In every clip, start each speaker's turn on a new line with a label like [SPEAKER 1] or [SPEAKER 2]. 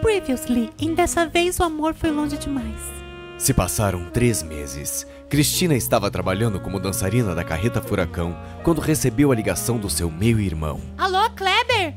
[SPEAKER 1] Previously, em dessa vez o amor foi longe demais.
[SPEAKER 2] Se passaram três meses. Cristina estava trabalhando como dançarina da carreta Furacão quando recebeu a ligação do seu meio-irmão.
[SPEAKER 1] Alô, Kleber?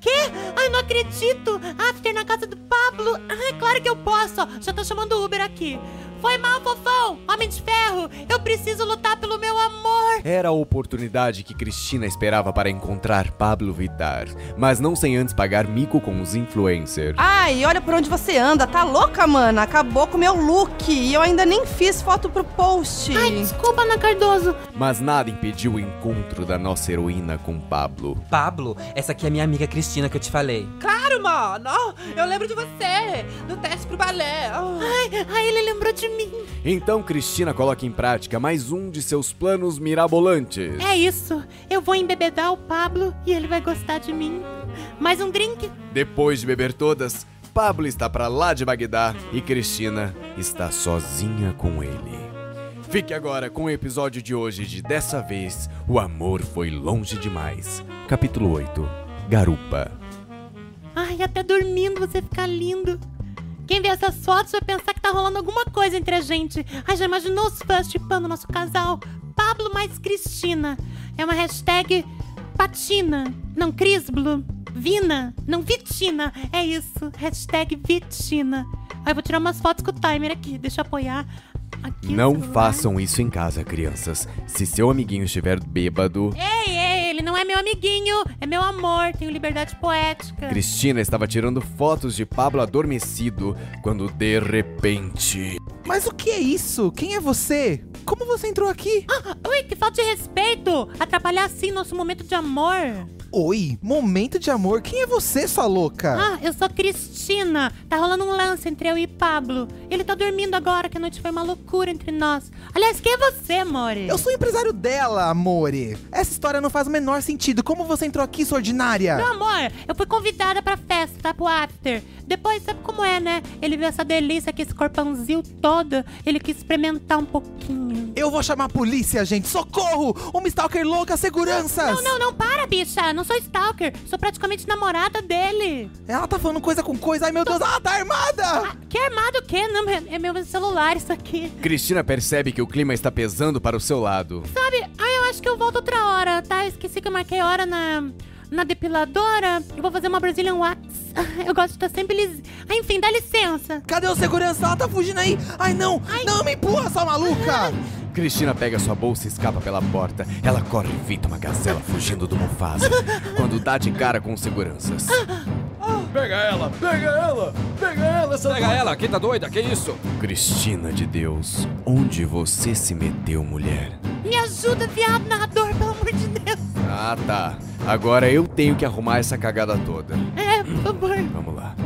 [SPEAKER 1] Quê? Ai, não acredito! After na casa do Pablo! Ai, claro que eu posso! ó. Já tô chamando o Uber aqui. Foi mal, fofão! Homem de ferro! Eu preciso lutar pelo meu amor!
[SPEAKER 2] Era a oportunidade que Cristina esperava para encontrar Pablo Vittar, mas não sem antes pagar mico com os influencers.
[SPEAKER 3] Ai, olha por onde você anda, tá louca, mana? Acabou com o meu look e eu ainda nem fiz foto pro post.
[SPEAKER 1] Ai, desculpa, Ana Cardoso!
[SPEAKER 2] Mas nada impediu o encontro da nossa heroína com Pablo.
[SPEAKER 4] Pablo, essa aqui é minha amiga Cristina que eu te falei.
[SPEAKER 5] Claro, mano! Eu lembro de você! No teste pro balé! Ah.
[SPEAKER 1] Ai, ai, ele lembrou de mim!
[SPEAKER 2] Então Cristina coloca em prática mais um de seus planos mirabolantes.
[SPEAKER 1] É isso! Eu vou embebedar o Pablo e ele vai gostar de mim. Mais um drink?
[SPEAKER 2] Depois de beber todas, Pablo está para lá de Bagdá e Cristina está sozinha com ele. Fique agora com o episódio de hoje de Dessa Vez, O Amor Foi Longe Demais, capítulo 8, Garupa.
[SPEAKER 1] Ai, até dormindo você fica lindo. Quem vê essas fotos vai pensar que tá rolando alguma coisa entre a gente. Ai, já imaginou os fãs chipando nosso casal? Pablo mais Cristina. É uma hashtag patina, não crisblo. Vina, não Vitina. É isso, hashtag Vitina. Ai, vou tirar umas fotos com o timer aqui, deixa eu apoiar. Aqui o
[SPEAKER 2] Não
[SPEAKER 1] celular.
[SPEAKER 2] façam isso em casa, crianças. Se seu amiguinho estiver bêbado,
[SPEAKER 1] Ei, ei, ele não é meu amiguinho, é meu amor, tenho liberdade poética.
[SPEAKER 2] Cristina estava tirando fotos de Pablo adormecido quando de repente.
[SPEAKER 6] Mas o que é isso? Quem é você? Como você entrou aqui?
[SPEAKER 1] Ui, que falta de respeito! Atrapalhar assim nosso momento de
[SPEAKER 6] É.
[SPEAKER 1] amor.
[SPEAKER 6] Oi, momento de amor. Quem é você, sua louca?
[SPEAKER 1] Ah, eu sou Cristina. Tá rolando um lance entre eu e Pablo. Ele tá dormindo agora, que a noite foi uma loucura entre nós. Aliás, quem é você, More?
[SPEAKER 6] Eu sou o empresário dela, amore. Essa história não faz o menor sentido. Como você entrou aqui, sua ordinária?
[SPEAKER 1] Meu amor, eu fui convidada pra festa, tá? Pro after. Depois, sabe como é, né? Ele viu essa delícia aqui, esse corpãozinho todo. Ele quis experimentar um pouquinho.
[SPEAKER 6] Eu vou chamar a polícia, gente. Socorro! Uma stalker louca, seguranças!
[SPEAKER 1] Não, não, não, para, bicha. Não sou stalker. Sou praticamente namorada dele. Ah,
[SPEAKER 6] Ela tá falando coisa com coisa. Ai, meu Deus, ela tá armada!
[SPEAKER 1] Que armado o quê? Não, é é meu celular isso aqui.
[SPEAKER 2] Cristina percebe que o clima está pesando para o seu lado.
[SPEAKER 1] Sabe, ah, eu acho que eu volto outra hora, tá? Eu esqueci que eu marquei hora na, na depiladora. Eu vou fazer uma Brazilian Wax. Eu gosto de estar sempre lis... Ah, enfim, dá licença.
[SPEAKER 6] Cadê o segurança? Ela tá fugindo aí! Ai, não! Não me empurra, sua maluca!
[SPEAKER 1] Ah.
[SPEAKER 2] Cristina pega sua bolsa e escapa pela porta. Ela corre e evita uma gazela fugindo do Mufasa quando dá de cara com os seguranças.
[SPEAKER 4] Pega ela, pega ela, pega ela, essa Pega ela, quem tá doida? Que isso?
[SPEAKER 2] Cristina de Deus, onde você se meteu, mulher?
[SPEAKER 1] Me ajuda, viado narrador, pelo amor de Deus.
[SPEAKER 2] Ah, tá. Agora eu tenho que arrumar essa cagada toda.
[SPEAKER 1] É, por favor.
[SPEAKER 2] Vamos lá.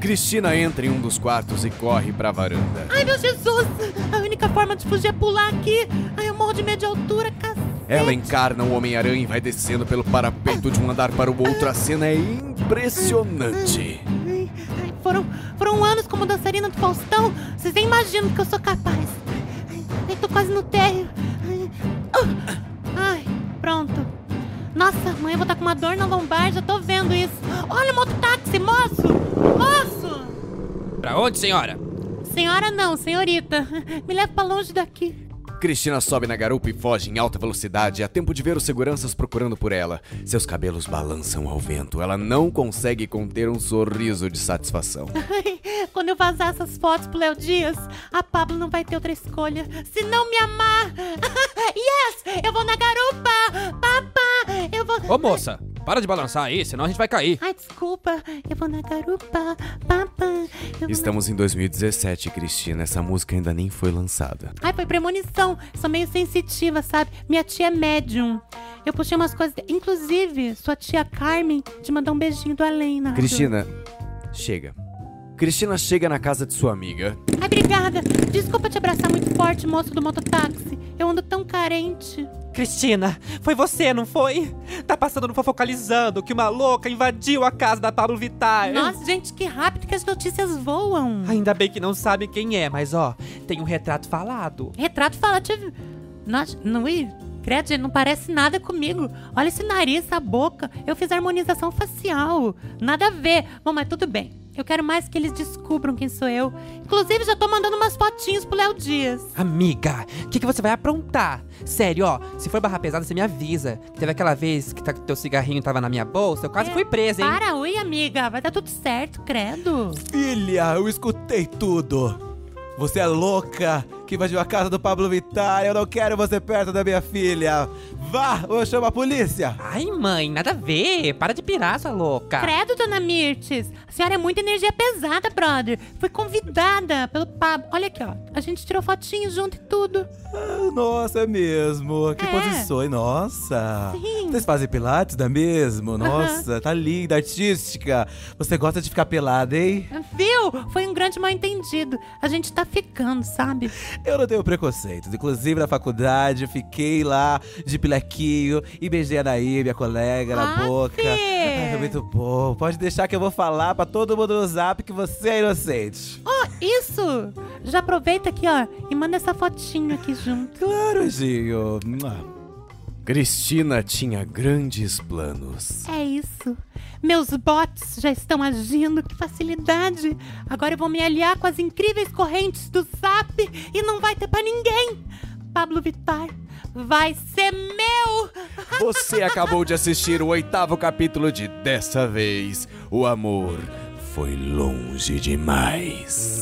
[SPEAKER 2] Cristina entra em um dos quartos e corre pra varanda.
[SPEAKER 1] Ai, meu Jesus. A única forma de fugir é pular aqui. Ai, eu morro de medo de altura, cacete.
[SPEAKER 2] Ela encarna o Homem-Aranha e vai descendo pelo parapeito de um andar para o outro. A cena é impressionante.
[SPEAKER 1] Ai, ai, foram, foram anos como dançarina do Faustão. Vocês nem imaginam que eu sou capaz. Ai, ai, tô quase no térreo. Ai, ah, ai, pronto. Nossa, amanhã eu vou estar com uma dor na lombar, já tô vendo isso. Olha o mototáxi, moço! Moço!
[SPEAKER 4] Pra onde, senhora?
[SPEAKER 1] Senhora não, senhorita. Me leva pra longe daqui.
[SPEAKER 2] Cristina sobe na garupa e foge em alta velocidade. Há tempo de ver os seguranças procurando por ela. Seus cabelos balançam ao vento. Ela não consegue conter um sorriso de satisfação.
[SPEAKER 1] Ai, Quando eu vazar essas fotos pro Léo Dias, a Pablo não vai ter outra escolha se não me amar. yes! Eu vou na garupa! Papá! Eu vou.
[SPEAKER 4] Ô moça, para de balançar aí, senão a gente vai cair.
[SPEAKER 1] Ai, desculpa. Eu vou na garupa. Papá! Eu vou
[SPEAKER 2] Estamos em 2017, Cristina. Essa música ainda nem foi lançada.
[SPEAKER 1] Ai, foi premonição. Sou meio sensitiva, sabe? Minha tia é médium. Eu puxei umas coisas. Inclusive, sua tia Carmen te mandou um beijinho do além, Nath.
[SPEAKER 2] Cristina, chega. Cristina chega na casa de sua amiga.
[SPEAKER 1] Ai, obrigada. Desculpa te abraçar muito forte, moço do mototáxi. Eu ando tão carente.
[SPEAKER 5] Cristina, foi você, não foi? Tá passando no fofocalizando que uma louca invadiu a casa da Pablo Vittar.
[SPEAKER 1] Nossa, gente, que rápido que as notícias voam.
[SPEAKER 5] Ainda bem que não sabe quem é, mas ó, tem um retrato falado.
[SPEAKER 1] Retrato falativo. Nossa, não ia. Credo, gente, não parece nada comigo. Olha esse nariz, essa boca. Eu fiz harmonização facial. Nada a ver. Bom, mas tudo bem. Eu quero mais que eles descubram quem sou eu. Inclusive, já tô mandando umas fotinhas pro Léo Dias.
[SPEAKER 5] Amiga, o que, que você vai aprontar? Sério, ó, se for barra pesada, você me avisa. Teve aquela vez que tá- teu cigarrinho tava na minha bolsa, eu quase fui presa, hein?
[SPEAKER 1] É, Para, oi, amiga. Vai dar tudo certo, credo.
[SPEAKER 7] Filha, eu escutei tudo. Você é louca que invadiu a casa do Pablo Vittar. Eu não quero você perto da minha filha. Vá ou eu chamo a polícia.
[SPEAKER 5] Ai, mãe, nada a ver. Para de pirar, sua louca.
[SPEAKER 1] Credo, dona Mirtes. A senhora é muita energia pesada, brother. Fui convidada pelo Pablo. Olha aqui, ó. A gente tirou fotinho junto e tudo.
[SPEAKER 7] Ah, Nossa, é mesmo. Que
[SPEAKER 1] É.
[SPEAKER 7] posições, nossa.
[SPEAKER 1] Sim.
[SPEAKER 7] Vocês fazem pilates, não é mesmo? Nossa, tá linda, artística. Você gosta de ficar pelada, hein?
[SPEAKER 1] Viu? Foi um grande mal-entendido. A gente tá ficando, sabe?
[SPEAKER 7] Eu não tenho preconceitos. Inclusive, na faculdade, eu fiquei lá de pilequinho e beijei a Naí, minha colega, na
[SPEAKER 1] Ah,
[SPEAKER 7] boca.
[SPEAKER 1] Fê.
[SPEAKER 7] Ai, foi muito bom. Pode deixar que eu vou falar pra todo mundo no zap que você é inocente.
[SPEAKER 1] Ó, isso! Já aproveita aqui, ó, e manda essa fotinho aqui junto.
[SPEAKER 7] Claro, Gio. Mua.
[SPEAKER 2] Cristina tinha grandes planos.
[SPEAKER 1] É isso. Meus bots já estão agindo, que facilidade! Agora eu vou me aliar com as incríveis correntes do Zap e não vai ter pra ninguém! Pablo Vittar vai ser meu!
[SPEAKER 2] Você acabou de assistir o oitavo capítulo de Dessa Vez, o amor foi longe demais.